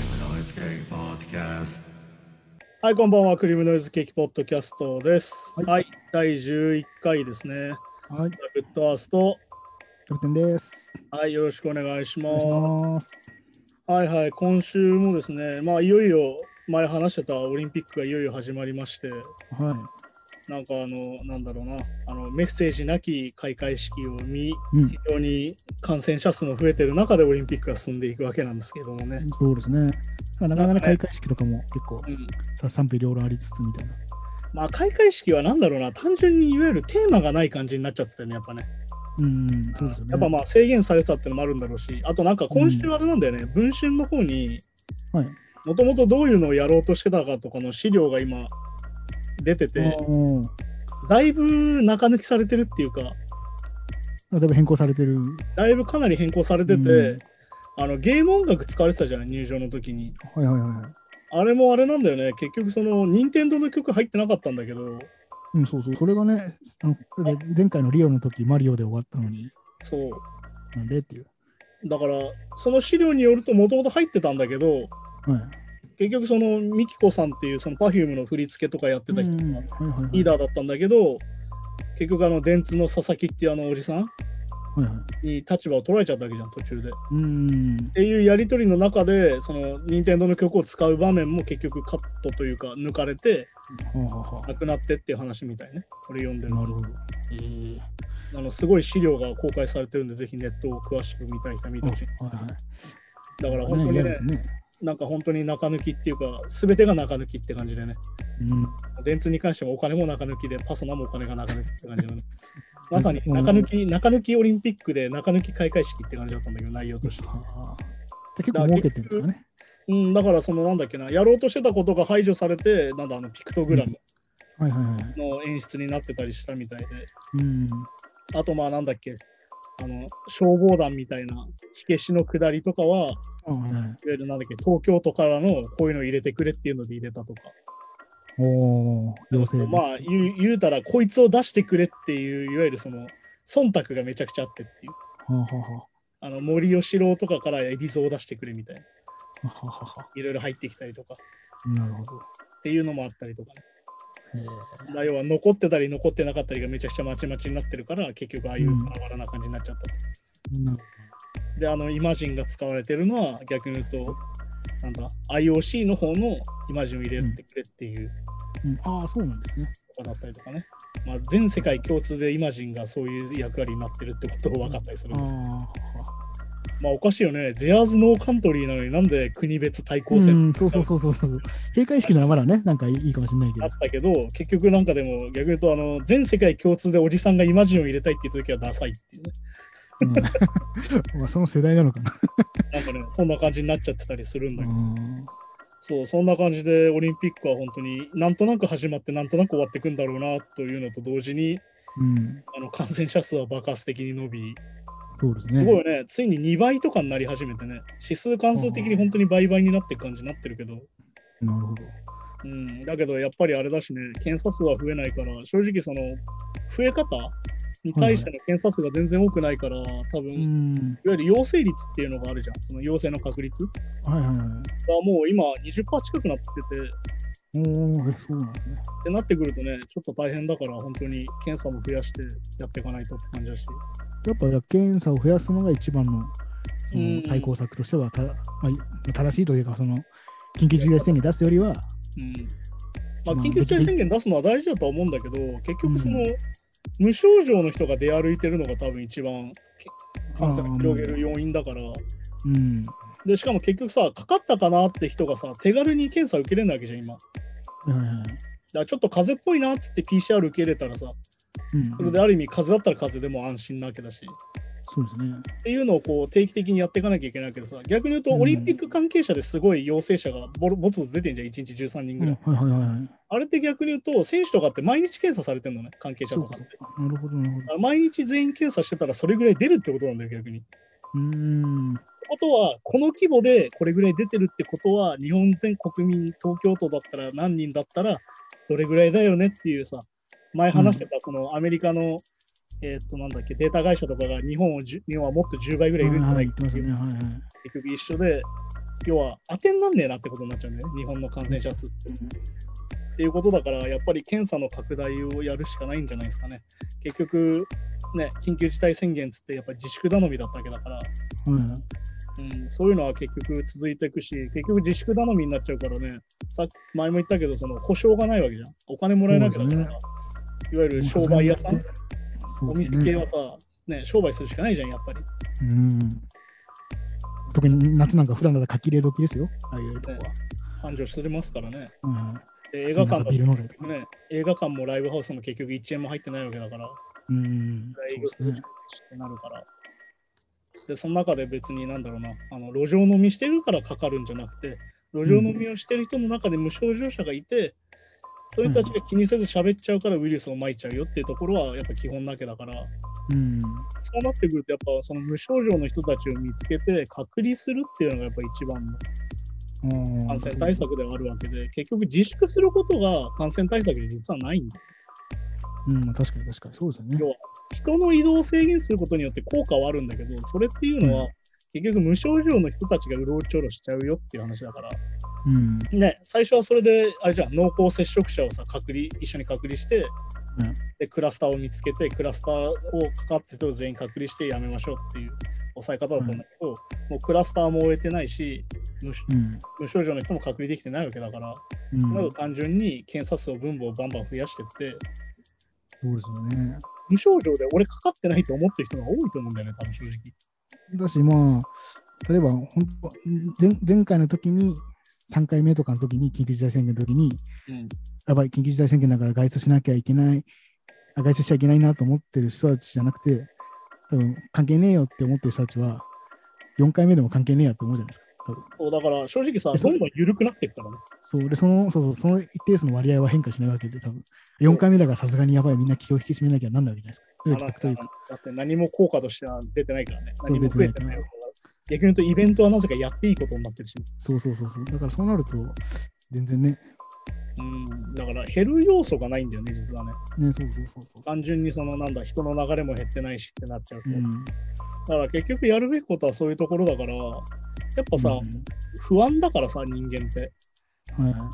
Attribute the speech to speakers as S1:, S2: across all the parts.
S1: Cake Podcast.
S2: はい、こんばんは。クリームノイズケーキポッドキャストです。は、
S3: はいい
S2: 第11回ですね。
S3: はい、キ
S2: グッドアースト。
S3: ャプテンです。
S2: はい、よろしくお願いし
S3: お願いし
S2: ま
S3: ます。
S2: す。はいはい、今週もですね、まあ、いよいよ前話してたオリンピックがいよいよ始まりまして、
S3: は
S2: なんかあの、なんだろうな、あのメッセージなき開会式を見、
S3: い、うん
S2: 非、常に感染者数も増えてる中でオリンピックが進んでいくわけなんですけどもね。
S3: そうですね。なかなかね、開会式とかも結構
S2: うん
S3: さ賛否両論ありつつみたいな。
S2: まあ、開会式はなんだろうな、単純にいわゆるテーマがない感じになっちゃってたよね、やっぱね。
S3: うん、そうですよね。
S2: やっぱまあ制限されてたってのもあるんだろうし、あとなんか今週あれなんだよね、文春の方に、
S3: はい。
S2: もともとどういうのをやろうとしてたかとかの資料が今出て
S3: あ
S2: て、
S3: ー
S2: だいぶ中抜きされてるっていうか、
S3: 例えば変更されてる。
S2: だいぶかなり変更されてて、
S3: うん
S2: あのゲーム音楽使われてたじゃない、入場の時に。
S3: はいはいは
S2: あれもあれなんだよね、結局その、任天堂の曲入ってなかったんだけど、
S3: い。うん、そうそう。それがね、あの前回のリオの時マリオで終わったのに、
S2: そう。
S3: なんでっていう。
S2: だから、その資料によると、もともと入ってたんだけど、
S3: はい。
S2: 結局その、ミキコさんっていう、その Perfume の振り付けとかやってた
S3: う
S2: 人
S3: ん、
S2: が
S3: はい、はいはい。
S2: リーダーだったんだけど、結局あの電通の佐々木っていうあのおじさん
S3: はいはい。
S2: に立場を取られちゃったわけじゃん、途中で。っ
S3: うん。
S2: ていうやり取りの中で、その任天堂の曲を使う場面も結局カットというか抜かれて、
S3: はあ、はあはあ
S2: なくなってっていう話みたいね。これ読んでる
S3: なるほど。
S2: あのすごい資料が公開されてるんで、ぜひネットを詳しく見たい人は見てほしい。
S3: あはいはい。
S2: だから本当
S3: ね
S2: に
S3: 嫌
S2: ね
S3: ですね。
S2: なんか本当に中抜きっていうか、すべてが中抜きって感じでね。
S3: うん。
S2: 電通に関してもお金も中抜きで、パソナもお金が中抜きって感 じのね。まさに中抜き、中抜きオリンピックで中抜き開会式って感じだったんだけど、内容として。
S3: はあで結構儲けてるんですかね。
S2: うん、だからそのなんだっけな、やろうとしてたことが排除されて、なんだあのピクトグラム
S3: はいはいはい。
S2: の演出になってたりしたみたいで、
S3: うん。
S2: あとまあなんだっけ、あの消防団みたいな火消しの下りとかは、いわ
S3: あはいはい。
S2: ゆるなんだっけ、東京都からのこういうの入れてくれっていうので入れたとか、
S3: おお、要請。
S2: まあ言う言うたら、こいつを出してくれっていう、いわゆるその忖度がめちゃくちゃあってっていう。
S3: あ、はあはあ
S2: あの森喜朗とかからエビゾを出してくれみたいな、
S3: ははははい
S2: ろいろ入ってきたりとか
S3: なるほど。
S2: っていうのもあったりとかね。
S3: え
S2: だから要は残ってたり残ってなかったりがめちゃくちゃまちまちになってるから、結局ああいう
S3: うん
S2: バラバラな感じになっちゃったと。
S3: ーなる
S2: で、あのイマジンが使われてるのは逆に言うと、なんだ、IOC の方のイマジンを入れてくれっていう
S3: うん、ああ、そうなんですね。
S2: とかだったりとかね。まあ、全世界共通でイマジンがそういう役割になってるってことを分かったりする
S3: あ
S2: ん
S3: あ、
S2: ですよ。
S3: は
S2: まあおかしいよね。ゼアーズノーカントリーなのになんで国別対抗
S3: う
S2: 戦
S3: ん、そうそうそうそうそう。閉会式ならまだね、なんかいいかもしれないけ
S2: あ
S3: ど
S2: っ。たけど、結局なんかでも逆に言うとあの全世界共通でおじさんがイマジンを入れたいっていう時はダサいっていうね。
S3: うん まあ、その世代なのかな。
S2: なんかね、 そんな感じになっちゃってたりするんだけど、
S3: うん
S2: そう、そんな感じでオリンピックは本当になんとなく始まってなんとなく終わっていくんだろうなというのと同時に、
S3: うん、
S2: あの感染者数は爆発的に伸び、
S3: そうです
S2: す
S3: ね。
S2: ごいね、ついに2倍とかになり始めてね、指数関数的に本当に倍々になっていく感じになってるけど、
S3: なるほど。
S2: うん、だけどやっぱりあれだしね、検査数は増えないから、正直その増え方に対しての検査数が全然多くないから、多分、
S3: う
S2: い
S3: ん、
S2: わゆる陽性率っていうのがあるじゃん、その陽性の確率が
S3: はいはいはい。
S2: もう今20%近くなってきてて、っ
S3: おお、えそうなんですね。
S2: てなってくるとね、ちょっと大変だから、本当に検査も増やしてやっていかないとって感じだし、
S3: やっぱ検査を増やすのが一番の
S2: う
S3: そ
S2: ん
S3: の対抗策としてはた、まあい正しいというか、その緊急事態宣言出すよりは、
S2: うんまあ、緊急事態宣言出すのは大事だとは思うんだけど、結局その、
S3: うん
S2: 無症状の人が出歩いてるのが多分一番感染を広げる要因だから。
S3: うん、
S2: でしかも結局さかかったかなって人がさ手軽に検査受けれないわけじゃん今だか
S3: はいはいはい
S2: らちょっと風邪っぽいなっつって PCR 受け入れたらさ
S3: うん
S2: それである意味風邪だったら風邪でも安心なわけだしっ
S3: そうですね。
S2: ていうのをこう定期的にやっていかなきゃいけないけどさ逆に言うと
S3: うん
S2: オリンピック関係者ですごい陽性者がボロボツボツ出てんじゃん1日13人ぐらい、
S3: うんはいはいはいはい。
S2: あれって逆に言うと選手とかって毎日検査されてんのね関係者
S3: そ
S2: と
S3: う
S2: か
S3: か
S2: ってだか。
S3: なるほど、なるほど。
S2: ら毎日全員検査してたらそれぐらい出るってことなんだよ逆に
S3: うーん。は
S2: ことは、この規模でこれぐらい出てるってことは、日本全国民、東京都だったら何人だったら、どれぐらいだよねっていうさ、前話してた、そのアメリカの、えーっと、なんだっけ、データ会社とかが日本をじゅ、日本はもっと10倍ぐ
S3: い
S2: らいいるんじゃ
S3: は、
S2: ないい
S3: 言っ
S2: か
S3: て
S2: っ
S3: ましてた
S2: いう
S3: ね。はいはい。
S2: 結局一緒で、要は当てになんねえなってことになっちゃうんだよね、日本の感染者数って。っていうことだから、やっぱり検査の拡大をやるしかないんじゃないですかね。結局、ね、緊急事態宣言つって、やっぱり自粛頼みだったわけだから、
S3: うん。
S2: うん、そういうのは結局続いていくし、結局自粛頼みになっちゃうからね、さっき前も言ったけど、その保証がないわけじゃん。お金もらえなきゃだから、
S3: そう
S2: いわゆる商売屋さん、
S3: そ
S2: お
S3: うです
S2: 店
S3: ね
S2: 系はさ、ね、商売するしかないじゃん、やっぱり。
S3: うん。特に夏なんか普段だったら書き入れ時ですよ、ああいうとこ
S2: 繁盛してますからね。
S3: は。
S2: で
S3: う
S2: 映
S3: ん。
S2: 画館だ
S3: ビルの例と
S2: っ
S3: か
S2: て。ね、映画館もライブハウスも結局1円も入ってないわけだから、
S3: うん。
S2: ライ
S3: そう
S2: ブ
S3: ですね。
S2: ってなるから。で、その中で別になんだろうな、あの路上飲みしてるからかかるんじゃなくて、路上飲みをしてる人の中で無症状者がいて、それたちが気にせず喋っちゃうからウイルスをまいちゃうよっていうところはやっぱ基本なわけだから、
S3: うん。
S2: そうなってくるとやっぱその無症状の人たちを見つけて隔離するっていうのがやっぱ一番の
S3: うん
S2: 感染対策ではあるわけで、結局自粛することが感染対策で実はないんだよ。
S3: うん、確かに確かに。そうですよね
S2: 要。は人の移動を制限することによって効果はあるんだけど、それっていうのは、
S3: うん
S2: 結局無症状の人たちがうろちょろしちゃうよっていう話だから、
S3: うん。
S2: ね、最初はそれで、あれじゃん濃厚接触者をさ隔離、一緒に隔離して、
S3: うん
S2: で、クラスターを見つけて、クラスターをかかってる人を全員隔離してやめましょうっていう抑え方だったんだけど、もうクラスターも終えてないし無症、
S3: うん。
S2: 無症状の人も隔離できてないわけだから、
S3: うん、
S2: まず単純に検査数を分母をバンバン増やしてって、
S3: そうですよね。
S2: 無症状で俺かかってないと思ってる人が多いと思うんだよね、多分正直。
S3: だし、まあ、例えば、本当前前回の時に、3回目とかの時に、緊急事態宣言の時に、
S2: うん
S3: やばい、緊急事態宣言だから外出しなきゃいけない、あ外出しちゃいけないなと思ってる人たちじゃなくて、多分関係ねえよって思ってる人たちは、4回目でも関係ねえやって思うじゃないですか。多分
S2: そうだから正直さ、
S3: えそ
S2: どんどん緩くなっていくからね。
S3: そうでそのそうそうその一定数の割合は変化しないわけで、多分4回目だからさすがにやばい、みんな気を引き締めなきゃなんないわけじゃないですか。
S2: だ
S3: 企画というか、
S2: って何も効果としては出てないからね。
S3: そう
S2: 何も増えてないわけだから。逆に言うとイベントはなぜかやっていいことになってるし、
S3: そうそうそうそう。だからそうなると、全然ね、
S2: うん、だから減る要素がないんだよね、実はね。
S3: ね、そうそうそうそう。
S2: 単純にそのなんだ、人の流れも減ってないしってなっちゃうと。
S3: う
S2: だ
S3: ん
S2: から結局やるべきことはそういうところだから、やっぱさ、
S3: う
S2: 不安だからさ、人間って。
S3: んはいはい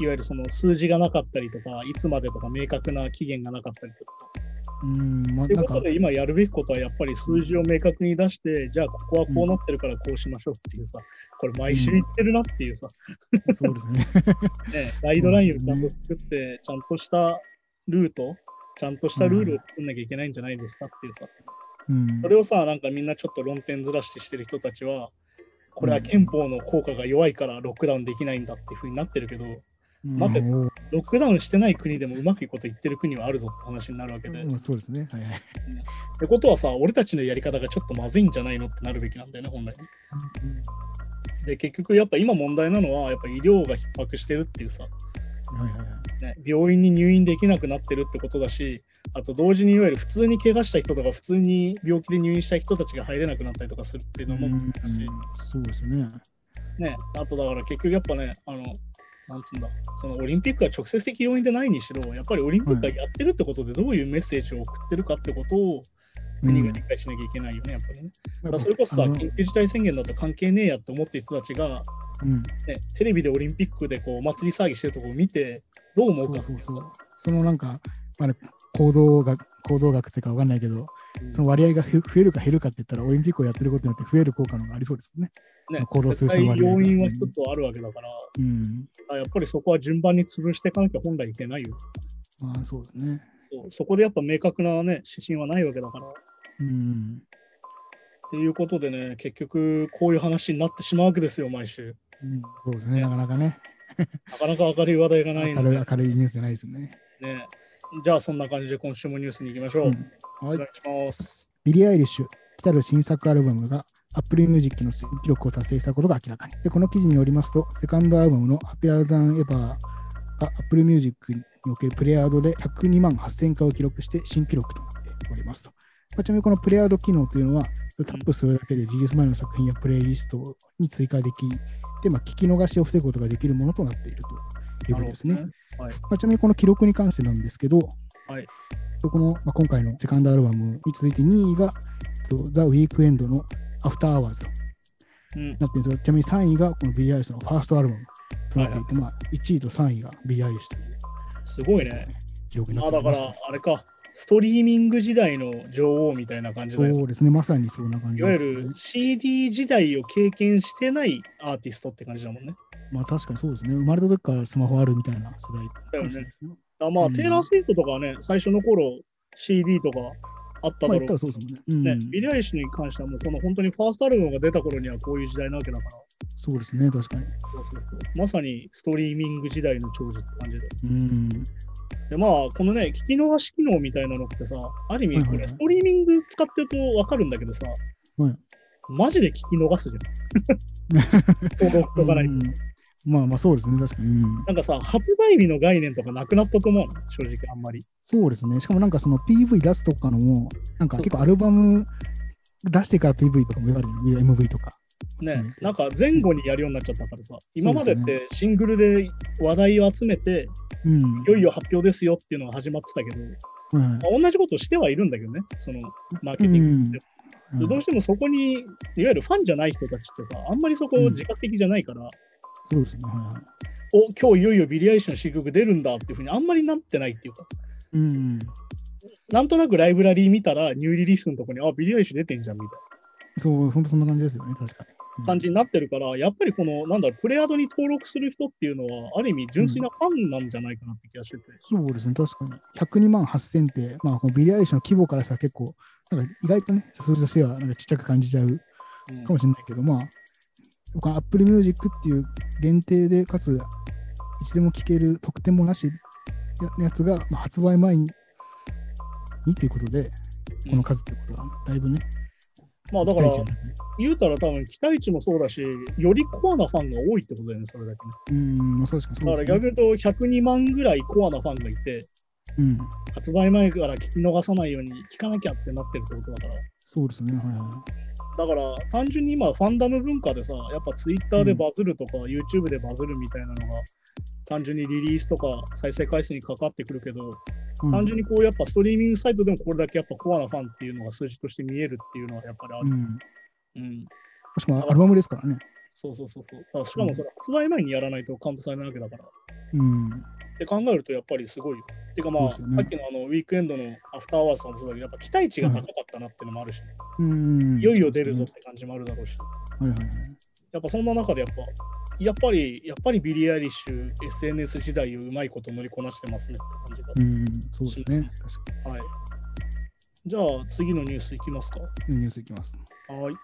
S2: いわゆるその数字がなかったりとか、いつまでとか明確な期限がなかったりすると。
S3: うん、まあ、
S2: とい
S3: な
S2: うんこ
S3: か
S2: と、で、今やるべきことはやっぱり数字を明確に出して、じゃあここはこうなってるからこうしましょうっていうさ、これ毎週言ってるなっていうさ、
S3: そうです ね。
S2: ね、ガイドラインをちゃんと作って、ちゃんとしたルート、ちゃんとしたルールを作んなきゃいけないんじゃないですかっていうさ、
S3: うん
S2: そ、れをさ、なんかみんなちょっと論点ずらしてしてる人たちは、これは憲法の効果が弱いからロックダウンできないんだっていうふうになってるけど、待て
S3: うん
S2: ロックダウンしてない国でもうまくいくこと言ってる国はあるぞって話になるわけで。
S3: うんそうですね。はいはい。
S2: ってことはさ、俺たちのやり方がちょっとまずいんじゃないのってなるべきなんだよね、本来。で、結局やっぱ今問題なのは、やっぱ医療が逼迫してるっていうさ、
S3: はいはいはい。
S2: ね、病院に入院できなくなってるってことだし、あと同時にいわゆる普通に怪我した人とか、普通に病気で入院した人たちが入れなくなったりとかするっていうのも、
S3: うんそうですね。
S2: ね、あとだから結局やっぱね、あの、なんつうんだそのオリンピックが直接的要因でないにしろ、やっぱりオリンピックがやってるってことでどういうメッセージを送ってるかってことを国が理解しなきゃいけないよね、やっぱりね。だからそれこそさ、
S3: あの
S2: 緊急事態宣言だと関係ねえやって思ってる人たちが、
S3: う
S2: ね、
S3: ん、
S2: テレビでオリンピックでこうお祭り騒ぎしてるとこを見て、どう思
S3: そう
S2: か
S3: う
S2: って
S3: そ
S2: いうう
S3: そう。そのなんか、あれ、行動学、行動学っていうかわかんないけど、その割合がふ増えるか減るかって言ったら、オリンピックをやってることによって増える効果の方がありそうですよね。
S2: ね、
S3: 行動する人の
S2: 絶対
S3: 割合が
S2: 要因は一つあるわけだから、
S3: うん。
S2: あやっぱりそこは順番に潰していかなきゃ本来いけないよ。
S3: まあ、そうですね。
S2: そうそこでやっぱ明確な、ね、指針はないわけだから。
S3: うん。
S2: っていうことでね、結局こういう話になってしまうわけですよ、毎週。
S3: うん、そうですね。なかなかね、
S2: なかなか明るい話題がない
S3: 明
S2: の
S3: る
S2: で、
S3: い
S2: ね、
S3: 明るいニュースじゃないですよね。
S2: じゃあそんな感じで今週もニュースに行きましょう。
S3: うん、は
S2: お
S3: い
S2: 願。いします。
S3: ビリー・アイリッシュ、来たる新作アルバムが Apple Music の新記録を達成したことが明らかに。でこの記事によりますと、セカンドアルバムの Happier Than Ever が Apple Music におけるプレイヤードで102万8000回を記録して新記録となっておりますと。まあちなみにこのプレイヤード機能というのは、タップするだけでリリース前の作品やプレイリストに追加でき、でまあ、聞き逃しを防ぐことができるものとなっているということですね
S2: な。るほどね。はい。
S3: まあ、ちなみにこの記録に関してなんですけど、
S2: はい
S3: とこの、まあ、今回のセカンドアルバムに続いて2位が、えっとザ・ウィークエンドのアフターアワーズ。
S2: うん。
S3: なってるんですが、ちなみに3位がこのビリー・アイリスのファーストアルバムとなっていて、まあ、1位と3位がビリー・アイリスという
S2: すごいね。
S3: 記録にな
S2: ま
S3: っ
S2: あ
S3: て
S2: だ
S3: おり
S2: か
S3: ます。
S2: ら、あれか、ストリーミング時代の女王みたいな感じです
S3: そうですね、まさにそんな感
S2: い
S3: じ
S2: わ
S3: で
S2: ゆ
S3: す、ね。
S2: る CD 時代を経験してないアーティストって感じだもんね。
S3: まあ確かにそうですね。生まれた時からスマホあるみたいな世代
S2: だよ
S3: かも
S2: ね
S3: しれないですね。
S2: あまあ、
S3: うん
S2: テイラー・スウィフトとかはね、最初の頃 CD とかあった
S3: まあ
S2: だ
S3: 言
S2: ろ
S3: ったら
S2: う
S3: そうですもんね。
S2: ね
S3: うん、
S2: ビリー・アイリッシュに関してはもうこの本当にファーストアルバムが出た頃にはこういう時代なわけだから、
S3: そうですね、確かに。
S2: まさにストリーミング時代の長寿って感じで。
S3: うん。
S2: で、まあ、このね、聞き逃し機能みたいなのってさ、ある意
S3: は
S2: 味
S3: いはい
S2: こ
S3: はい
S2: れ、ストリーミング使ってるとわかるんだけどさ、
S3: はい
S2: マジで聞き逃すじ ゃん。登録とかないと
S3: うんまあまあそうですね、確かに。うん
S2: なんかさ、発売日の概念とかなくなったと思うの、正直あんまり。
S3: そうですね。しかもなんかその PV 出すとかのも、なんか結構アルバム出してから PV とかも言われてる MV とか。
S2: ね
S3: うん、
S2: なんか前後にやるようになっちゃったからさ、今までっ
S3: そうで
S2: てシングルで話題を集めて、
S3: うん。
S2: いよいよ発表ですよっていうのが始まってたけど、
S3: は
S2: まあ同じことしてはいるんだけどね、そのマーケ
S3: い。
S2: ティング。
S3: うん
S2: どうしてもそこに、いわゆるファンじゃない人たちってさ、あんまりそこ自覚的じゃないから、
S3: そうですね。はいは
S2: お
S3: い。
S2: 今日いよいよビリー・アイリッシュの新曲出るんだっていうふうにあんまりなってないっていうか、
S3: うん。
S2: なんとなくライブラリー見たら、ニューリリースのとこに、あ、ビリー・アイリッシュ出てんじゃんみたいな。
S3: そう、本当そんな感じですよね、確かに。うん
S2: 感じになってるから、やっぱりこの、なんだろう、プレイヤードに登録する人っていうのは、ある意味、純粋なファンなんじゃないかなって気がしてて、
S3: そうですね、確かに。102万8000って、まあ、このビリー・アイリッシュの規模からしたら結構、なんか意外とね、数字としてはなんかちっちゃく感じちゃう
S2: うん
S3: かもしれないけど、まあ、僕は Apple Music っていう限定で、かつ、いつでも聴ける特典もなしややつが、まあ、発売前にっていうことで、この数ってことは、だいぶね、
S2: まあだから
S3: 期、待値がね
S2: 言うたら多分、期待値もそうだし、よりコアなファンが多いってことだよね、それだけね。
S3: うん、まあ、確かにそう
S2: だから逆に言うと、102万ぐらいコアなファンがいて、
S3: うん、
S2: 発売前から聞き逃さないように聞かなきゃってなってるってことだから。
S3: そうですね、はいは
S2: だから単純に今ファンダム文化でさ、やっぱツイッターでバズるとか、YouTube でバズるみたいなのが、単純にリリースとか再生回数にかかってくるけど、
S3: い。
S2: 単純にこうやっぱストリーミングサイトでもこれだけやっぱコアなファンっていうのが数字として見えるっていうのはやっぱりあ
S3: う
S2: る。
S3: ん、うん、
S2: うん。
S3: しかもアルバムですからね。
S2: そうそうそうそう。だからしかもそれ発売前にやらないとカウントされないわけだから。
S3: うん、
S2: って考えるとやっぱりすごいよ。てかまあ、
S3: そうですよね
S2: さっきのあのウィークエンドのアフターアワーさんもそうだけど、やっぱ期待値が高かったなっていうのもあるし、
S3: うん、
S2: いよいよ出るぞって感じもあるだろうし。
S3: はいはいはい。
S2: やっぱそんな中でやっぱ、やっぱり、やっぱりビリー・アイリッシュ、SNS 時代をうまいこと乗りこなしてますねって感じが。
S3: うん、そうですね。確か
S2: はい。じゃあ次のニュースいきますか。
S3: に。ニュースいきます。
S2: はい。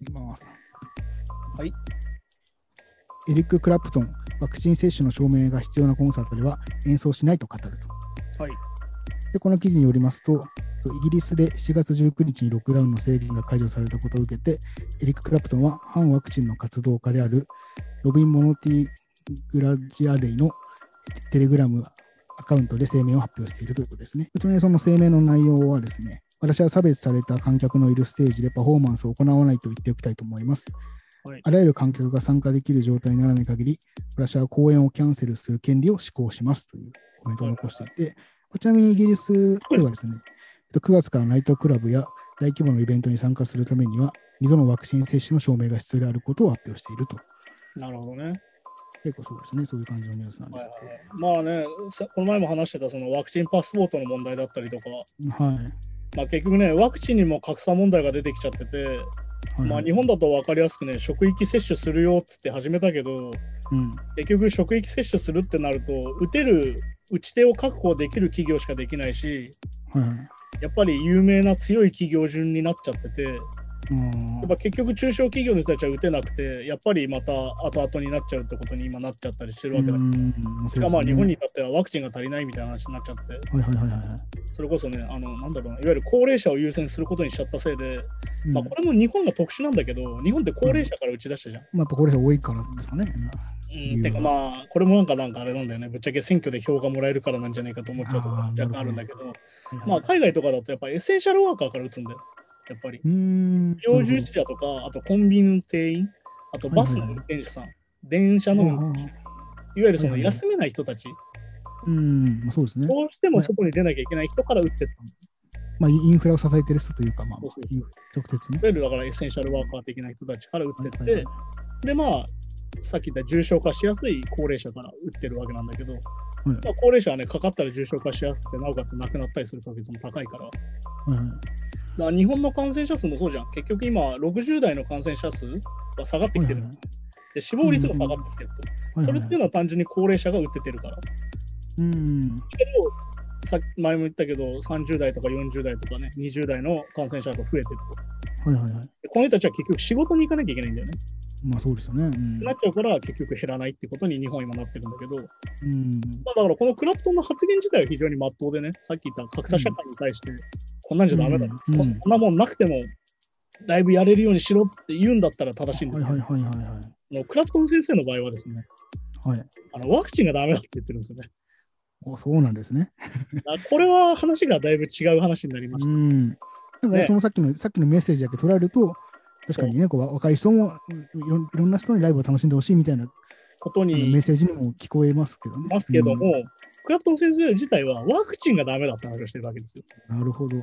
S3: いきます。
S2: はい。
S3: エリック・クラプトン、ワクチン接種の証明が必要なコンサートでは演奏しないと語ると。
S2: はい。
S3: で、この記事によりますと、イギリスで7月19日にロックダウンの制限が解除されたことを受けて、エリック・クラプトンは反ワクチンの活動家であるロビン・モノティ・グラジアデイのテレグラムアカウントで声明を発表しているということですね。ちなみにその声明の内容はですね、私は差別された観客のいるステージでパフォーマンスを行わないと言っておきたいと思います。
S2: はい
S3: あらゆる観客が参加できる状態にならない限り、私は公演をキャンセルする権利を施行しますというコメントを残していて、ちなみにイギリスではですね、えっと9月からナイトクラブや大規模のイベントに参加するためには、2度のワクチン接種の証明が必要であることを発表していると。
S2: なるほどね。
S3: 結構そうですね、そういう感じのニュースなんで
S2: はい
S3: す
S2: はいはい、まあね、さこの前も話してたそのワクチンパスポートの問題だったりとか、
S3: けど。はい。はい
S2: まあ、結局ね、ワクチンにも格差問題が出てきちゃってて、
S3: はい
S2: まあ、日本だと分かりやすくね、職域接種するよっつって始めたけど、
S3: うん、
S2: 結局、職域接種するってなると、打てる打ち手を確保できる企業しかできないし、
S3: はいはい。
S2: やっぱり有名な強い企業順になっちゃってて、や
S3: うん
S2: っぱ結局、中小企業の人たちは打てなくて、やっぱりまた後々になっちゃうってことに今なっちゃったりしてるわけだ
S3: う
S2: から。
S3: ん
S2: しかもまあ日本。
S3: そうですね
S2: に至ってはワクチンが足りないみたいな話になっちゃって、
S3: はいはいはいはいはい。
S2: それこそね、あのなんだろうな、いわゆる高齢者を優先することにしちゃったせいで、
S3: うん
S2: まあ、
S3: ま
S2: これも日本が特殊なんだけど、日本って高齢者から打ち出したじゃん。
S3: あ、やっぱこれ多いからですかね。
S2: うん、てかまあ、これもなんかなんかあれなんだよね、ぶっちゃけ選挙で票がもらえるからなんじゃないかと思っちゃうとこ
S3: あー
S2: 若干あるんだけど、
S3: うんはい
S2: ま
S3: は
S2: あ
S3: い
S2: 海外とかだとやっぱエッセンシャルワーカーから打つんだよ、やっぱり。
S3: うん。
S2: 医療従事者とか、あとコンビニの店員、あとバスの運転手さん、電車
S3: な
S2: の
S3: る
S2: 運
S3: ほど
S2: 転手、いわゆるそ
S3: は
S2: の
S3: いはいはい
S2: 休めない人たち、
S3: うん、まあ、そうですね。
S2: どうしても外に出なきゃいけない人から打ってったんだ
S3: まあ、インフラを支えてる人というか、まあ、まあ
S2: そう
S3: インフ直接ね
S2: い。わゆるだからエッセンシャルワーカー的な人たちから打ってって、
S3: はいはい
S2: でまあさっき言った重症化しやすい高齢者から打ってるわけなんだけど、まあ、高齢者はねかかったら重症化しやすくてなおかつ亡くなったりする確率も高いからだ
S3: はいはい
S2: から日本の感染者数もそうじゃん結局今60代の感染者数は下がってきてる、
S3: はいはい
S2: で死亡率も下がってきてると、
S3: はい
S2: そ
S3: は
S2: れ
S3: い
S2: っていうのは単純に高齢者が打っててるから
S3: うん、
S2: けどさ前も言ったけど30代とか40代とかね20代の感染者が増えてると
S3: はいはいはい。
S2: でこの人たちは結局仕事に行かなきゃいけないんだよね
S3: まあ、そうですよね。うん
S2: なっちゃうから結局減らないってことに日本は今なってるんだけど、ま
S3: うん、
S2: あ、だからこのクラプトンの発言自体は非常に真っ当でね、さっき言った格差社会に対して、こんなんじゃダメだ、
S3: うん
S2: こ
S3: うん
S2: んこんなもんなくてもライブやれるようにしろって言うんだったら正しいんだ
S3: は
S2: け
S3: い
S2: ど、
S3: はいはいはいは
S2: あのクラプトン先生の場合はですね、
S3: い。はい。
S2: あのワクチンがダメだって言ってるんですよね。
S3: おそうなんですね。
S2: あこれは話がだいぶ違う話になりまし
S3: う
S2: た。
S3: ん。だから、
S2: ね
S3: そのさっきの、さっきのメッセージだけ取られると、確かにね、こうわ若い人もいろんいろんな人にライブを楽しんでほしいみたいなあ
S2: こと
S3: のメッ
S2: に
S3: セージにも聞こえますけどね。
S2: ますけども、クラプトン先生自体はワクチンがダメだって話をしてるわけですよ。
S3: うん、なるほど。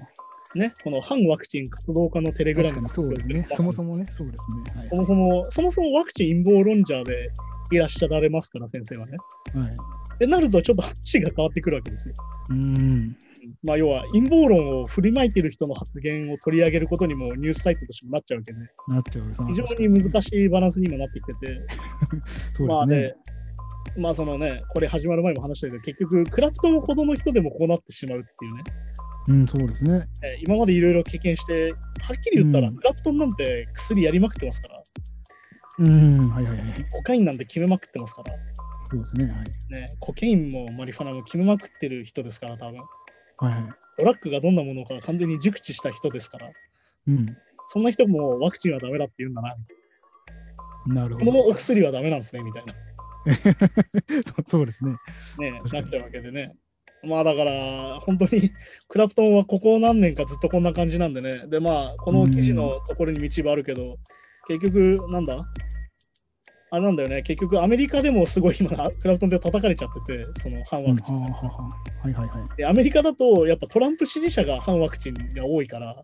S2: ね、この反ワクチン活動家のテレグラ
S3: 確
S2: ム
S3: かにそうですね。そもそもね、そうですね。はい
S2: そもそも、そもそもワクチン陰謀論者でいらっしゃられますから、先生はね。
S3: はい。
S2: でなると、ちょっと話が変わってくるわけですよ。
S3: うん。
S2: まあ、要は陰謀論を振りまいてる人の発言を取り上げることにもニュースサイトとしてもなっちゃうわけで、
S3: なっちゃう。その
S2: 非常
S3: 確か
S2: に難しいバランスにもなってきてて、
S3: そうで
S2: まあ
S3: す
S2: ね
S3: ね。、
S2: まあそのね、これ始まる前も話したけど、結局、クラフトンほどの人でもこうなってしまうっていうね、
S3: うん、そうですね。
S2: えー今までいろいろ経験して、はっきり言ったら、
S3: うん
S2: クラプトンなんて薬やりまくってますから、
S3: うん、はいはいはい。
S2: コカインなんて決めまくってますから、
S3: そうですね。はい。
S2: ね、コケインもマリファナも決めまくってる人ですから、多分
S3: はいはい。
S2: ドラッグがどんなものか完全に熟知した人ですから、
S3: うん。
S2: そんな人もワクチンはダメだって言うんだな、
S3: なる
S2: こ
S3: ほど。
S2: のお薬はダメなんですね、みたいな。
S3: そうそうですね。
S2: ね
S3: 確、か
S2: な
S3: に
S2: っちゃうわけでね。まあだから、本当にクラプトンはここ何年かずっとこんな感じなんでね。で、まあ、この記事のところに道はあるけど、結局、なんだあれなんだよね、結局アメリカでもすごい今、クラプトンで叩かれちゃってて、その反
S3: う
S2: ワ
S3: ん、
S2: ク
S3: は
S2: チン。
S3: あはあはあはいはいはい。
S2: でアメリカだと、やっぱトランプ支持者が反ワクチンが多いから、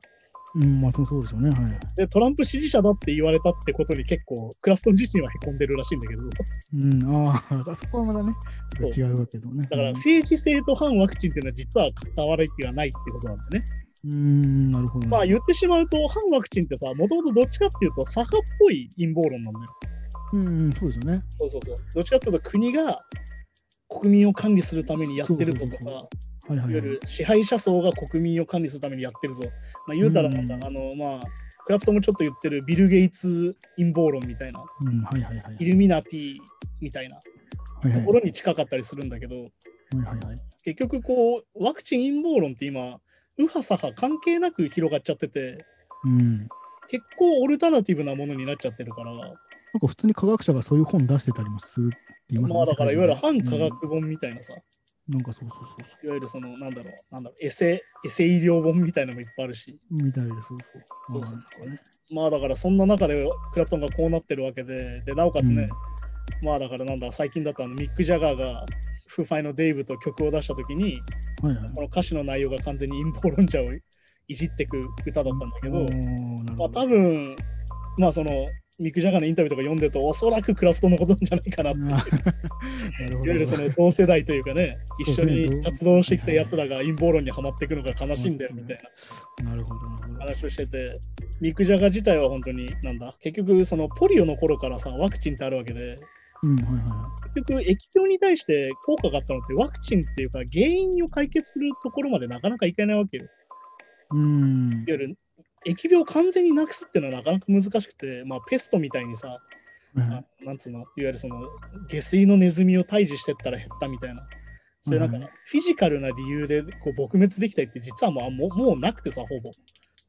S3: うん、まあ、そうそうでしょうね。はい。
S2: でトランプ支持者だって言われたってことに結構クラフトン自身はへこんでるらしいんだけどだ
S3: うん、ああ、そこはまだね、違うわけですもんね。
S2: から政治性と反ワクチンっていうのは実は関わりっていうのはないってことなんだよね、
S3: うん、なるほど。
S2: まあ言ってしまうと反ワクチンってさもともとどっちかっていうと左派っぽい陰謀論なんだよ
S3: うん、そうですよね。
S2: そうそうそうどっちかっていうと国が国民を管理するためにやってるぞと
S3: そうそうそう
S2: か
S3: はいはい
S2: わ
S3: い、
S2: ゆる支配者層が国民を管理するためにやってるぞ、まあ、言うたらなんか、
S3: うん
S2: あのまあクラフトンもちょっと言ってるビル・ゲイツ陰謀論みたいな
S3: うん、はいはいはい。
S2: イルミナティみたいな
S3: はいは
S2: と
S3: い
S2: ころに近かったりするんだけど、
S3: はいはい。
S2: 結局こうワクチン陰謀論って今右派左派関係なく広がっちゃってて
S3: うん。なん
S2: 結構オルタナティブなものになっちゃってるから
S3: か普通に科学者がそういう本出してたりもするって言います
S2: まあだからいわゆる反科。
S3: 世界中
S2: 学本みたいなさ、
S3: でうんなんかそうそうそうそ
S2: いわゆるそのなんだろうなんだろうエセエセ医療本みたいなのもいっぱいあるし
S3: う。みたいで、そうそう。
S2: そうそうま
S3: まあ
S2: あだからそんな中でクラプトンがこうなってるわけででなおかつね、まあだからなんだ最近だとあのミック・ジャガーがフーファイのデイブと曲を出した時に
S3: うんはいはい。
S2: この歌詞の内容が完全に陰謀論者をいじってく歌だったんだけど、
S3: おーなる
S2: まあ
S3: ほど
S2: 多分まあそのミック・ジャガーのインタビューとか読んでるとおそらくクラフトのことなんじゃないかなってい
S3: あー なるほ
S2: わゆるそ
S3: ど。
S2: の同世代というかね一
S3: そ
S2: 緒
S3: うですね
S2: に活動してきたやつらが陰謀論にはまっていくのが悲しいんだよみたい
S3: なるほど。なるほど
S2: な話をしててミック・ジャガー自体は本当になんだ結局そのポリオの頃からさワクチンってあるわけで
S3: うん、はいは
S2: 結局疫病に対して効果があったのってワクチンっていうか原因を解決するところまでなかなかいけないわけよ。い
S3: い。うん。
S2: わゆる疫病を完全になくすっていうのはなかなか難しくて、まあ、ペストみたいにさ
S3: はいは
S2: あ
S3: い
S2: なんつうのいわゆるその下水のネズミを退治してったら減ったみたいな。そういうなんか
S3: はい
S2: フィジカルな理由でこう撲滅できたりって実はもうあもうもうなくてさほぼ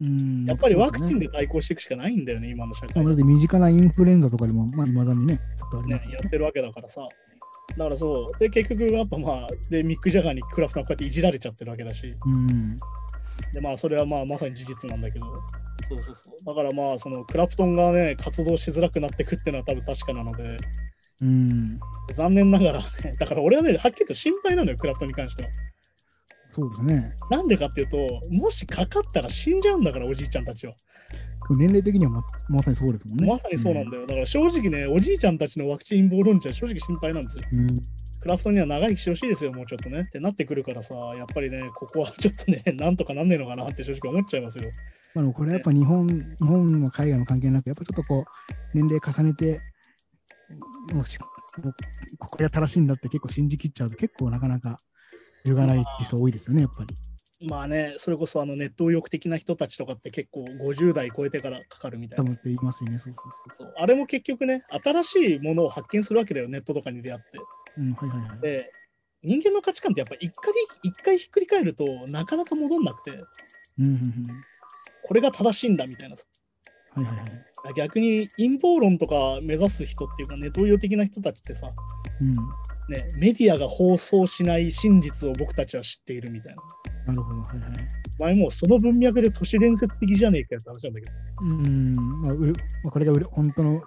S3: うん
S2: やっぱりワクチン
S3: で。
S2: で対抗していくしかないんだよね今の社
S3: ま
S2: 会
S3: あ
S2: ね
S3: だって身近なインフルエンザとかでも、まあ、未だにね、ちょっとあり
S2: や
S3: ますよね。
S2: ってるわけだからさだからそうで結局やっぱまあでミック・ジャガーにクラフトンがこうやっていじられちゃってるわけだし
S3: うん。
S2: でまあそれはまあまさに事実なんだけどそうそうそうだからまあそのクラプトンがね活動しづらくなってくっていうのは多分確かなので
S3: うん、
S2: 残念ながら、ね、だから俺はね、はっきりと心配なのよ、クラフトに関しては。
S3: そうですね。
S2: なんでかっていうと、もしかかったら死んじゃうんだから、おじいちゃんたちは。
S3: 年齢的にはままさにそうですもんね。
S2: まさにそうなんだよ。だから正直ね、おじいちゃんたちのワクチン暴論者、正直心配なんですよ。
S3: うん。うん
S2: クラフトには長生きしてほしいですよ、もうちょっとね。ってなってくるからさ、やっぱりね、ここはちょっとね、なんとかなんねえのかなって正直思っちゃいますよ。
S3: まあ、でもこれはやっぱ日本、日本も海外も関係なく、やっぱちょっとこう、年齢重ねて、もうしもうこれが正しいんだって結構信じきっちゃうと、結構なかなか揺るがないって人多いですよね、やっぱり。
S2: まあね、それこそあのネット右翼的な人たちとかって結構50代超えてからかかるみたい
S3: 多分
S2: な
S3: っ。て言いますよね、そうそうそ
S2: そ
S3: う
S2: うあれも結局ね、新しいものを発見するわけだよ、ネットとかに出会って。
S3: そう。うん、はいはいはい。
S2: で人間の価値観ってやっぱ一回一回ひっくり返るとなかなか戻んなくて
S3: うん、うん
S2: これが正しいんだみたいなさ
S3: うん。はいはいはい。
S2: 逆に陰謀論とか目指す人っていうかネトウヨ的な人たちってさ、
S3: うん。
S2: ね、メディアが放送しない真実を僕たちは知っているみたいな
S3: なるほど、はいはい。
S2: 前もうその文脈で都市伝説的じゃねえかよって話なんだけど
S3: うん、まあ、うるまあ、これがうる本当の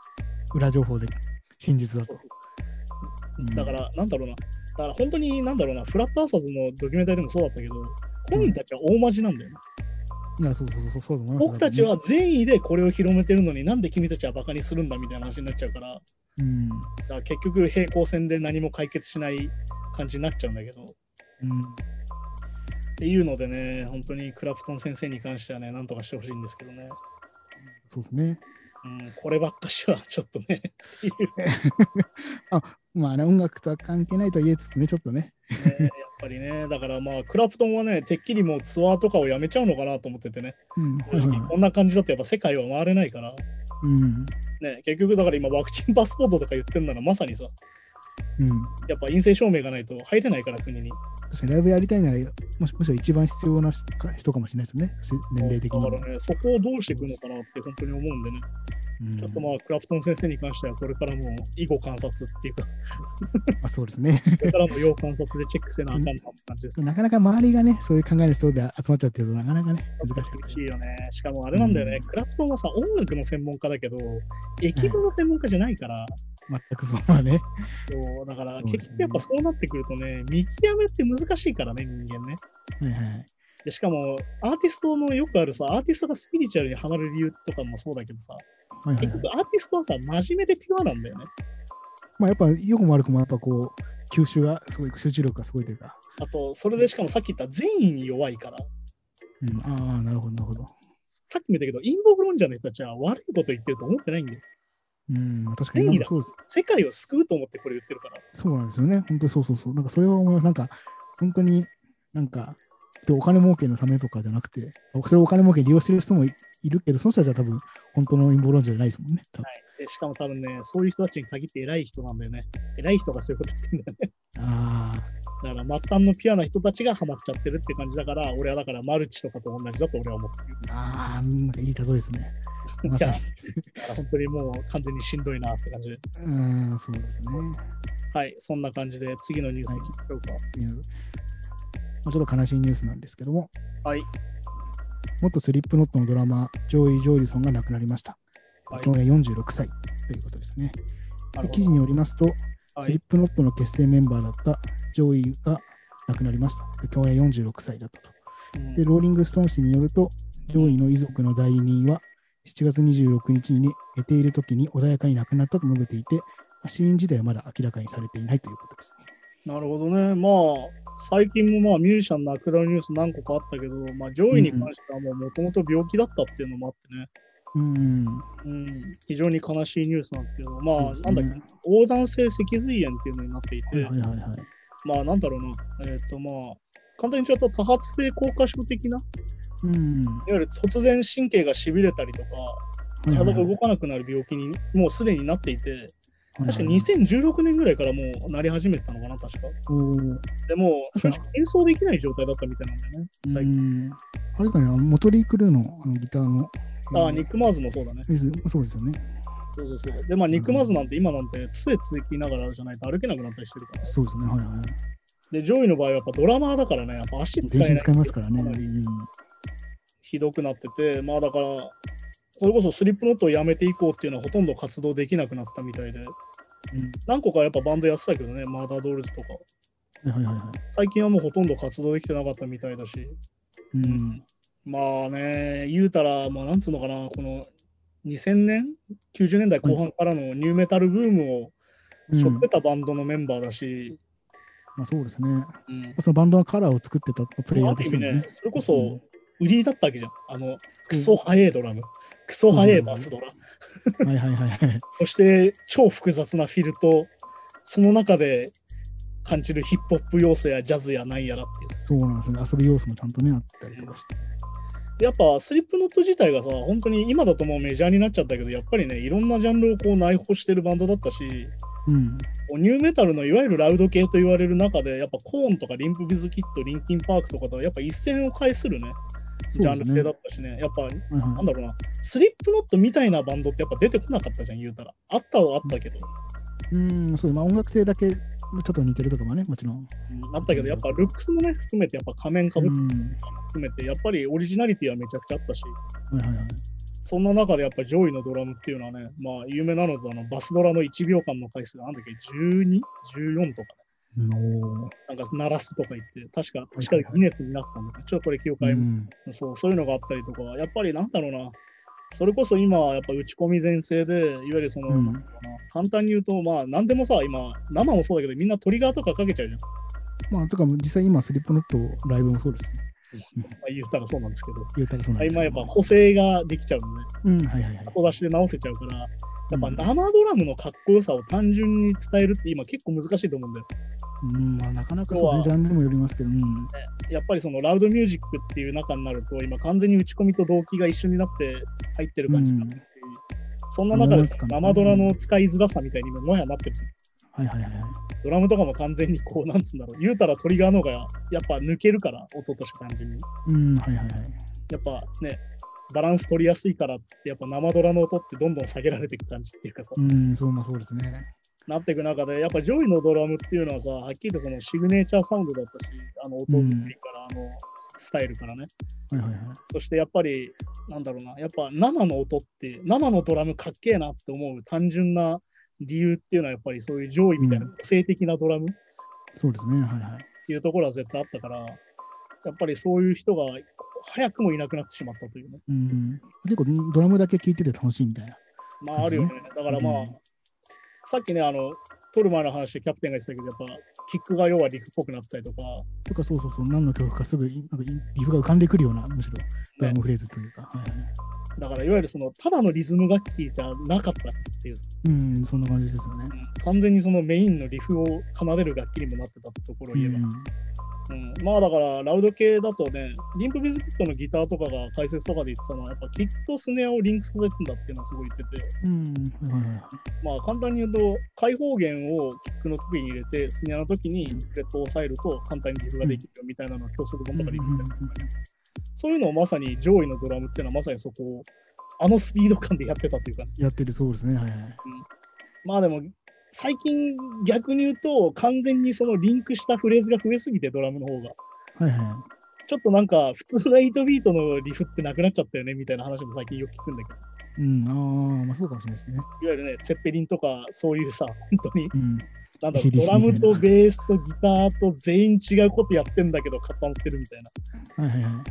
S3: 裏情報で真実だと。うん
S2: だからなんだろうなだから本当になんだろうなフラットアーサーズのドキュメンタリーでもそうだったけど本人たちは大真面なんだよね、
S3: いや、そうそうそう、そうだと思います
S2: 僕たちは、善意でこれを広めてるのになんで君たちはバカにするんだみたいな話になっちゃうから
S3: うん。
S2: だから結局平行線で何も解決しない感じになっちゃうんだけどっ
S3: うん
S2: ていうのでね本当にクラプトン先生に関してはねなんとかしてほしいんですけどね、
S3: そうですね。
S2: うん、こればっかしはちょっとねっていう
S3: まあね、音楽とは関係ないとは言えつつね、ちょっとね。
S2: ね やっぱりねだからまあクラプトンはねてっきりもうツアーとかをやめちゃうのかなと思っててね
S3: うん。はいはいはい
S2: こんな感じだとやっぱ世界は回れないから、
S3: うん。
S2: ね、結局だから今ワクチンパスポートとか言ってるならまさにさ
S3: うん。
S2: やっぱ陰性証明がないと入れないから国に
S3: 確かにライブやりたいなら、もしもしろ一番必要な人か人かもしれないですね、し年齢的にも。
S2: だからねそこをどうしていくのかなって本当に思うんでね
S3: うん
S2: ちょっとまあ、クラプトン先生に関しては、これからも以後観察っていうか、
S3: まあそうですね。
S2: これからも要観察でチェックせなあかんなって感じですね。
S3: なかなか周りがね、そういう考えの人で集まっちゃってると、なかなかね、難しかっ
S2: 難
S3: た
S2: し
S3: り。
S2: いよね。しかもあれなんだよね、
S3: うん
S2: クラプトンはさ、音楽の専門家だけど、駅語の専門家じゃないから、
S3: 全くそうはね。
S2: そうだから
S3: そうで
S2: 結
S3: すね
S2: 局やっぱそうなってくるとね、見極めって難しいからね、人間ね。
S3: はいはい。
S2: でしかも、アーティストのよくあるさ、アーティストがスピリチュアルにハマる理由とかもそうだけどさ、
S3: はいはい
S2: 結
S3: はい
S2: 局アーティストはさ、真面目でピュアなんだよね。
S3: まあやっぱ、良くも悪くも、やっぱこう、吸収がすごい、集中力がすごいというか。
S2: あと、それでしかもさっき言った善意に弱いから、
S3: うん、ああ、なるほど、なるほど。
S2: さっきも言ったけど、陰謀論者の人たちは悪いこと言ってると思ってないんだよ。
S3: うん、まあ確かになんかそうです。
S2: 世界を救うと思ってこれ言ってるから。
S3: そうなんですよね。本当にそうそうそう。なんかそれは思います。なんか、本当になんか、お金儲けのためとかじゃなくて、それをお金儲けに利用してる人もいいるけど、その人たちは多分、本当の陰謀論者じゃないですもんね。多分
S2: でしかも多分ね、そういう人たちに限って偉い人なんだよね。偉い人がそういうこと言ってんだよね。
S3: ああ、
S2: だから末端のピュアな人たちがハマっちゃってるって感じだから、俺はだからマルチとかと同じだと俺は思ってる。
S3: ああ、なんかいい例えですね。まさに。
S2: だから本当にもう完全にしんどいなって感じで。
S3: うん、そうですね。
S2: はい、そんな感じで次のニュースいきましょうか。
S3: いやまあ、ちょっと悲しいニュースなんですけども、
S2: はい。
S3: 元スリップノットのドラマー、ジョイ・ジョーリソンが亡くなりました。
S2: はい
S3: 去年46歳ということですね。
S2: なるほ
S3: で記
S2: ど
S3: 事によりますと、
S2: は
S3: スリ
S2: い
S3: ッ、プノットの結成メンバーだったジョイが亡くなりました。で去年46歳だったと。
S2: うん
S3: で、ローリング・ストーン氏によると、ジョイの遺族の代理人は、7月26日に寝ている時に穏やかに亡くなったと述べていて、まあ死因自体はまだ明らかにされていないということですね。
S2: なるほどね。まあ、最近もまあミュージシャンの亡くなるニュース何個かあったけど、まあ、上位に関してはもともと病気だったっていうのもあってね。
S3: うん。
S2: うん、非常に悲しいニュースなんですけど、まあ、
S3: そうです
S2: な
S3: ね
S2: んだっけ、横断性脊髄炎っていうのになってい
S3: はい
S2: て、
S3: はいはいはい。
S2: まあ、なんだろうな、えっ、と、まあ、簡単に言っちゃうと、多発性硬化症的な、い
S3: うん。
S2: わゆる突然神経がしびれたりとか、
S3: はいは
S2: 体
S3: い
S2: が
S3: はい
S2: 動かなくなる病気に、もうすでになっていて、確か
S3: はいはい
S2: 2016年ぐらいからもうなり始めてたのかな、確か。
S3: おー
S2: でも、正
S3: 確かに
S2: 直演奏できない状態だったみたいなんだよね、最近。
S3: うんあれだね、あのモトリー・クルーのあのギターの。
S2: ああ、
S3: えー
S2: ニック・マーズもそうだね。
S3: ですそうですよね。
S2: そうそうそう。で、まあ、ニック・マーズなんて今なんて、杖続きながらじゃないと歩けなくなったりしてるから。
S3: そうですね。はいはい。
S2: で、上位の場合はやっぱドラマーだからね、やっぱ足使え
S3: 全
S2: ない
S3: 身使いますからね。
S2: かな
S3: う
S2: り
S3: ん
S2: ひどくなってて、まあだから、それこそスリップノットをやめて以降っていうのはほとんど活動できなくなったみたいで、何個かやっぱバンドやってたけどね、マーダードールズとか。
S3: うん。はいはいはいはい。
S2: 最近はもうほとんど活動できてなかったみたいだし。
S3: うん。
S2: まあね、言うたら、まあ、なんつうのかな、この2000年、90年代後半からのニューメタルブームを背
S3: うん
S2: 負ってたバンドのメンバーだし、
S3: まあ、そうですね。
S2: うん
S3: そのバンドのカラーを作ってたプレイ
S2: ま
S3: ヤ
S2: ああ
S3: ーと
S2: る意
S3: して
S2: 味
S3: もね
S2: ね。、それこ
S3: う
S2: そ
S3: ん
S2: 売りだったわけじゃん。あの、クソ速いドラム、クソ速いバスドラ、
S3: はいはいはいはい。
S2: そして超複雑なフィルと、その中で感じるヒップホップ要素やジャズやなんやらっていう。
S3: そうなんですね。遊び要素もちゃんとね、あったりとかして。
S2: やっぱスリップノット自体がさ、本当に今だともうメジャーになっちゃったけど、やっぱりね、いろんなジャンルをこう内包してるバンドだったし、
S3: うん。
S2: こうニューメタルのいわゆるラウド系と言われる中で、やっぱコーンとかリンプビズキット、リンキンパークとかとはやっぱ一線を介するね、ジャンル性だ
S3: は
S2: ったしね、やっぱ
S3: いはい
S2: なんだろうな、スリップノットみたいなバンドってやっぱ出てこなかったじゃん、言うたら。あったはあったけど、
S3: うん、そう、まあ、音楽性だけちょっと似てるとかもね、もちろん。
S2: うんあったけど、やっぱルックスもね、含めて、やっぱ仮面かぶっ
S3: う
S2: て
S3: ん、
S2: 含めて、やっぱりオリジナリティはめちゃくちゃあったし、
S3: はいはいはい。
S2: そんな中でやっぱ上位のドラムっていうのはね、まあ有名なのとあのバスドラの1秒間の回数がなんだっけ、12?14 とか、
S3: の
S2: なんか鳴らすとか言って、確か、確かギネスになったんだけど、ちょっとこれ記憶
S3: う
S2: あいま
S3: ん、
S2: そう、そういうのがあったりとか、やっぱりなんだろうな、それこそ今はやっぱ打ち込み全盛で、いわゆるその、
S3: うん
S2: なんだろうな簡単に言うと、まあ何でもさ、今、生もそうだけど、みんなトリガーとかかけちゃうじゃん。ま
S3: まあ、とか、実際今、スリップノットライブもそうですね。
S2: あ、言ったらそうなんですけど、
S3: 言えたらそうなんです
S2: 今
S3: け
S2: やっ
S3: ど
S2: ぱ補正ができちゃうので、
S3: うん、はいはいはい。
S2: 後出しで直せちゃうから、やっぱ
S3: うん
S2: 生ドラムのかっこよさを単純に伝えるって今結構難しいと思うんだよ。
S3: うん、まあ、なかなかそうね、ジャンルにもよりますけど、うん。
S2: やっぱりそのラウドミュージックっていう中になると、今完全に打ち込みと動機が一緒になって入ってる感じになってるしそんな中
S3: う
S2: で
S3: ん
S2: 生ドラの使いづらさみたいにももはやなってるし
S3: はいはいはいはい。
S2: ドラムとかも完全にこう、なんつうんだろう、言うたらトリガーの方がやっぱ抜けるから、音として感じに。
S3: うん、はいはいはい。
S2: やっぱね、バランス取りやすいからっつって、やっぱ生ドラの音ってどんどん下げられていく感じっていうかさ、
S3: うん、そう、まあ、そうですね。
S2: なっていく中で、やっぱ上位のドラムっていうのはさ、はっきり言ってそのシグネチャーサウンドだったし、あの音作りから、あのスタイルからね、
S3: はいはいはい。
S2: そしてやっぱり、なんだろうな、やっぱ生の音って、生のドラムかっけえなって思う単純な理由っていうのは、やっぱりそういう上位みたいな
S3: う
S2: 個性的なドラム
S3: そうですね、はいはい。
S2: っていうところは絶対あったから、やっぱりそういう人が早くもいなくなってしまったというね。
S3: うん、結構、ドラムだけ聴いてて楽しいみたいな。
S2: まああるよね。だからまあ、
S3: うん
S2: さっきね、あの、取る前の話でキャプテンが言ってたけど、やっぱキックが要は陸っぽくなったりとか、
S3: とか、そうそうそう、何の曲かすぐ、なんか、リフが浮かんでくるような、むしろ、ドラムフレーズというか。はいはいはい
S2: だからいわゆるその、ただのリズム楽器じゃなかったっていう、
S3: うん、そんな感じですよね。
S2: 完全にそのメインのリフを奏でる楽器にもなってたってところを言えば、
S3: うん
S2: うんまあだからラウド系だとね、リンプビズキットのギターとかが解説とかで言ってたのは、やっぱキックとスネアをリンクさせてんだっていうのはすごい言ってて、
S3: うん、はいはいはい。
S2: まあ簡単に言うと、開放弦をキックの時に入れて、スネアの時にフレットを押さえると簡単にリフができるよみたいなのを教則本とかで言ってたりとかね。そういうのをまさに上位のドラムっていうのはまさにそこを、あのスピード感でやってたっていうか、
S3: やってるそうですね、はいはい。
S2: まあでも最近逆に言うと、完全にそのリンクしたフレーズが増えすぎて、ドラムの方が。
S3: はいはい。
S2: ちょっとなんか普通の8ビートのリフってなくなっちゃったよねみたいな話も最近よく聞くんだけど、
S3: うん、ああ、まあそうかもしれないですね。
S2: いわゆるね、ツェッペリンとかそういうさ、本当に、
S3: うん。
S2: なんだろ
S3: CDC
S2: う、ドラムとベースとギターと全員違うことやってんだけど固まってるみたいな、
S3: はいはいはい。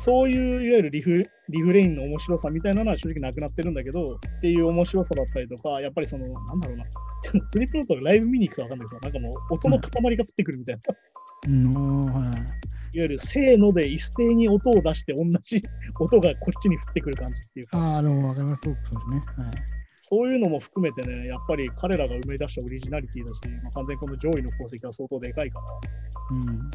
S2: そういういわゆるリフリフレインの面白さみたいなのは正直なくなってるんだけど、っていう面白さだったりとか、やっぱりその、なんだろうな、 スリップノートがライブ見に行くとわかんないですよ。なんかもう音の塊が降ってくるみたいな。
S3: うん、ああ、はいはい。
S2: いわゆるせーので一斉に音を出して同じ 音がこっちに降ってくる感じっていうか
S3: あ。あ、でもわかります。そうそうですね。はい。
S2: そういうのも含めてね、やっぱり彼らが生み出したオリジナリティだし、まあ、完全にこの上位の功績は相当でかいから。
S3: うん。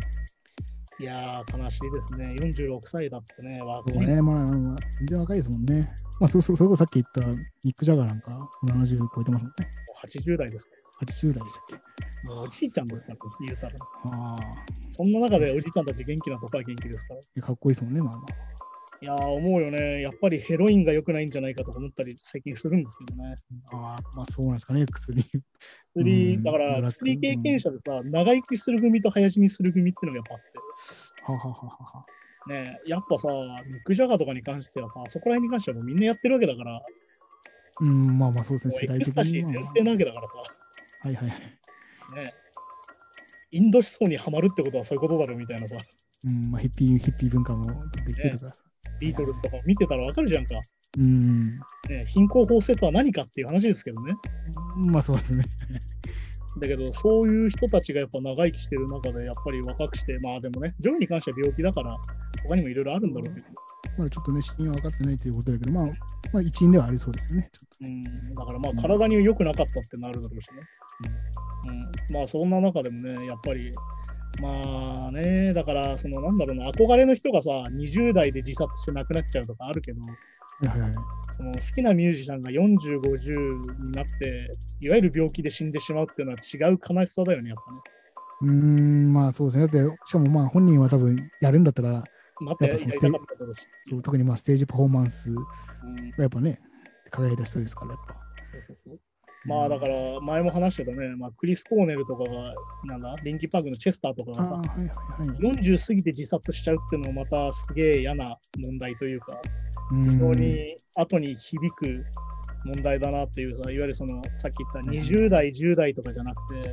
S2: いやー、悲しいですね。46歳だってね、若
S3: そう
S2: い。
S3: ね、まあ、まあ全然若いですもんね。まあ、そうそう、それこそさっき言ったニック・ジャガーなんか、70超えてますもんね。
S2: 80代ですか
S3: 80代でしたっけ。
S2: ら。おじいちゃんですから、言うたら。
S3: ああ、
S2: そんな中でおじいちゃんたち元気なとこは元気ですから。
S3: いやかっこいいですもんね、まあまあ。
S2: いやー、思うよね。やっぱりヘロインが良くないんじゃないかとか思ったり最近するんですけどね。
S3: ああ、まあそうなんですかね、薬。
S2: 薬、
S3: うん
S2: だか
S3: ドラッグ
S2: ら薬経験者でさ、長生きする組と早死にする組っていうのがやっぱあっ
S3: ははははは。
S2: て。ねやっぱさ、ニック・ジャガーとかに関してはさ、そこら辺に関してはもうみんなやってるわけだから、
S3: うん、まあまあそうです
S2: も
S3: ね、
S2: う
S3: 世
S2: エ
S3: 代
S2: ク
S3: 的
S2: スタシ
S3: に
S2: ー
S3: は。
S2: 全盛なわけだからさ。
S3: はいはいはい。
S2: ねインド思想にはまるってことはそういうことだろうみたいなさ、
S3: うん、まあ、ヒッピー、ヒッピー文化も出てきてたから。
S2: ビートルズとか見てたらわかるじゃんか。
S3: うん。
S2: ね、貧困法制とは何かっていう話ですけどね。
S3: まあ、そうですね。
S2: だけど、そういう人たちがやっぱ長生きしてる中で、やっぱり若くして、まあでもね、ジョイに関しては病気だから、他にもいろいろあるんだろうけど、
S3: まだちょっとね、死因は分かってないということだけど、まあ、まあ、一因ではありそうですよね。ちょっ
S2: うん、だからまあ体に良くなかったってなるだろうしね。うん、まあそんな中でもね、やっぱり、まあね、だから、そのなんだろうな、憧れの人がさ、20代で自殺して亡くなっちゃうとかあるけど、
S3: とはいはいはい。
S2: その好きなミュージシャンが40、50になって、いわゆる病気で死んでしまうっていうのは違う悲しさだよね、やっぱね。
S3: うーん、まあそうですね。だって、しかもまあ本人は多分やるんだったら、
S2: またやりたかったことだし。
S3: そう特にまあステージパフォーマンスが
S2: うん
S3: やっぱね、輝いた人ですから、やっぱ。
S2: そうそうそうまあだから前も話してたね、まあ、クリス・コーネルとかが、なんだ、リンキーパークのチェスターとかが
S3: ああ、
S2: さ、
S3: はいはいはい。
S2: 40過ぎて自殺しちゃうっていうのもまたすげえ嫌な問題というか、
S3: うん
S2: 非常に後に響く問題だなっていうさ、いわゆるそのさっき言った20代、10代とかじゃなくて、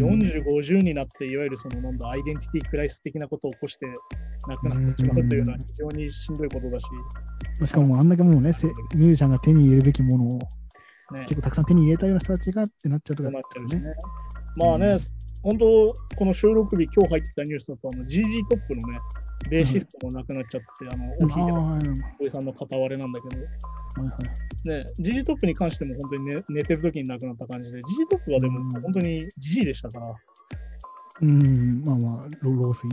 S3: うん
S2: 40、50になって、いわゆるそのなんだ、アイデンティティクライシス的なことを起こして亡くなってしまうというのは非常にしんどいことだし、
S3: しかもあんだけもうね、せミュージシャンが手に入れるべきものを
S2: ね
S3: 結、構たくさん手に入れたような人たちがってなっちゃうと
S2: そ
S3: か
S2: うな
S3: ね
S2: っちゃうしね。まあね、本当、この収録日、今日入ってきたニュースだと、あの GG トップのね、ベーシストも亡くなっちゃってて、あの、
S3: う
S2: 大
S3: んああ、
S2: 平
S3: はいはいはい。
S2: おじさんの片割れなんだけど、ね、GG トップに関しても本当に、ね、寝てる時に亡くなった感じで、GG トップはでも
S3: うん
S2: 本当に GG でしたから、も
S3: うん、まあまあ、老老衰。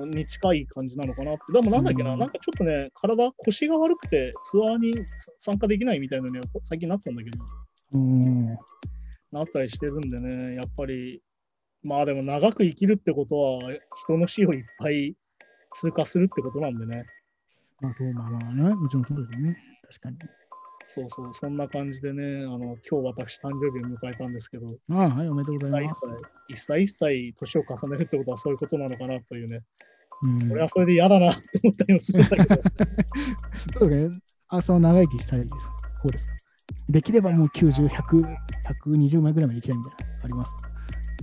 S2: うに近い感じなのかなって。でもなんだっけな、
S3: うん
S2: なんかちょっとね、体、腰が悪くてツアーに参加できないみたいなのには最近なったんだけど、
S3: うん。
S2: なったりしてるんでね、やっぱり、まあでも長く生きるってことは、人の死をいっぱい通過するってことなんでね、
S3: まあそう、まあまあね、もちろんそうですよね。確かに。
S2: そうそう、そんな感じでね、あの今日私、誕生日を迎えたんですけど、
S3: ああ、はい、おめでとうございます。
S2: 一歳一歳年を重ねるってことはそういうことなのかなというね、
S3: うん、
S2: それはそれで嫌だなと思ったりもするんだけ ど、
S3: そうですね。あ、その長生きしたいです。方ですか。できればもう90、100、120枚ぐらいまでいきたいみたいな、あります。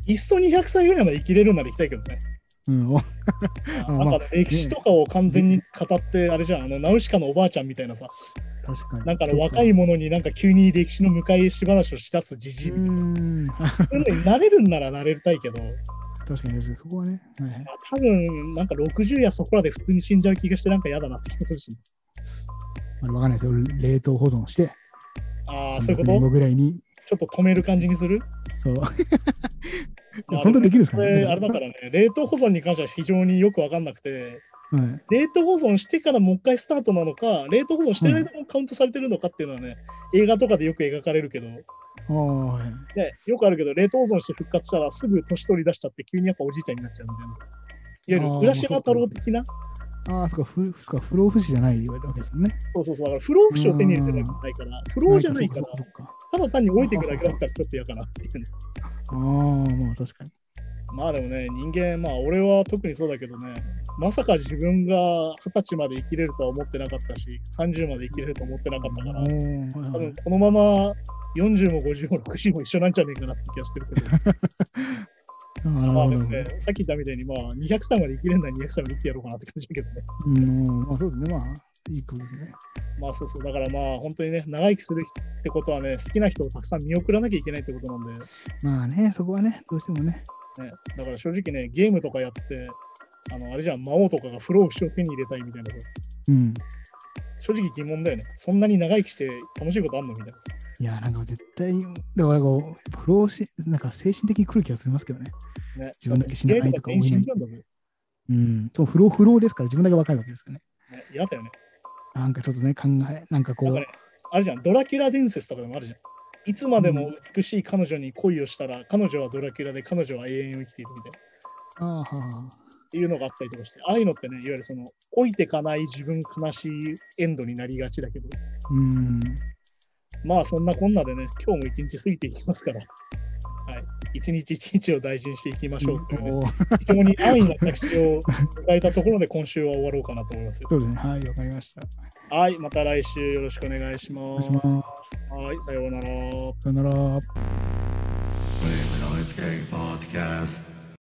S2: いっそ200歳ぐらいまで生きれるなら行きたいけどね、
S3: うん、お
S2: あ
S3: ま
S2: な
S3: あ
S2: んか歴史とかを完全に語って、あれじゃん、あのナウシカのおばあちゃんみたいなさ、
S3: 確かに。
S2: なんかあの若い者になんか急に歴史の迎えし話をしだすじじ
S3: う
S2: いみたいな。
S3: ん、
S2: そういうのになれるんならなれたいけど、
S3: 確かにですね、そこはね、はいはい
S2: まあ多分なんか60やそこらで普通に死んじゃう気がして、なんか嫌だなって気がするし、
S3: まあ、わかんないですよ。冷凍保存して、
S2: ああ、そうい
S3: 300
S2: うこ
S3: 年後ぐらいに、
S2: とちょっと止める感じにする
S3: そう。
S2: まあ
S3: 本当にできるんですか
S2: これ、
S3: ね。
S2: あれだからね、冷凍保存に関しては非常によく分かんなくて、
S3: ら。はい。
S2: 冷凍保存してからもう一回スタートなのか、冷凍保存してないともカウントされてるのかっていうのはね、映画とかでよく描かれるけど、ね、
S3: ああ、はい。
S2: よくあるけど、冷凍保存して復活したらすぐ年取り出したって急にやっぱおじいちゃんになっちゃうみたいな。いわゆ
S3: あ
S2: る
S3: ー
S2: 浦島太郎的な、
S3: ああ、そっか、ふそっか不老不死じゃないわけですもんね。
S2: そうそうそう、だから不老不死を手に入れてるわけじゃないから、不老じゃないから、
S3: そっかそっか
S2: ただ単に置いていくだけだったらちょっと嫌かなっていうね。
S3: そっかああ、まあ確かに。
S2: まあでもね、人間、まあ俺は特にそうだけどね、まさか自分が20歳まで生きれるとは思ってなかったし、30まで生きれると思ってなかったから、
S3: おー
S2: 多
S3: はいは
S2: 分
S3: い
S2: このまま40も50も60も一緒なんじゃねえかなって気がしてるけど、
S3: あー
S2: まあ
S3: な
S2: で
S3: る
S2: も
S3: ほど
S2: ね。、さっき言ったみたいに、まあ200歳まで生きれんなら200歳まで生きてやろうかなって感じだけどね。
S3: うん、まあそうですね、まあ、いいことですね。
S2: まあそうそう、だからまあ本当にね、長生きするってことはね、好きな人をたくさん見送らなきゃいけないってことなんで、
S3: まあね、そこはね、どうしてもね。
S2: ね、だから正直ね、ゲームとかやってて、あのあれじゃん、魔王とかが不老不死を手に入れたいみたいなさ、
S3: うん。
S2: 正直疑問だよね。そんなに長生きして楽しいことあんのみたいな。
S3: いや、なんか絶対に、だからこう、不老し、なんか精神的に来る気がしますけどね。
S2: ね、
S3: 自分だけ死なないとか思えない
S2: ゲームとか全身なんだぜ
S3: うん。そう不老不老ですから、自分だけ若いわけですからね。
S2: ね嫌だよね。
S3: なんかちょっとね、考え、なんかこ
S2: だ
S3: う、
S2: から、あれじゃん、ドラキュラ伝説とかでもあるじゃん。いつまでも美しい彼女に恋をしたら、彼女はドラキュラで彼女は永遠を生きているみたいな。
S3: ああ、はあ
S2: っていうのがあったりとかして、ああいうのってね、いわゆるその、老いてかない自分悲しいエンドになりがちだけど、
S3: うん。
S2: まあそんなこんなでね、今日も一日過ぎていきますから、はい、一日一日を大事にしていきましょうというね、
S3: おー
S2: 非常に安易な着地を迎えたところで今週は終わろうかなと思います。
S3: そうですね。はい、わかりました。
S2: はい、また来週よろしくお願いし
S3: お
S2: ま
S3: 願い
S2: す
S3: し。ます。
S2: はい、さようなら。
S3: さよな
S1: Wave
S3: ら。
S1: Noise Gang Podcast.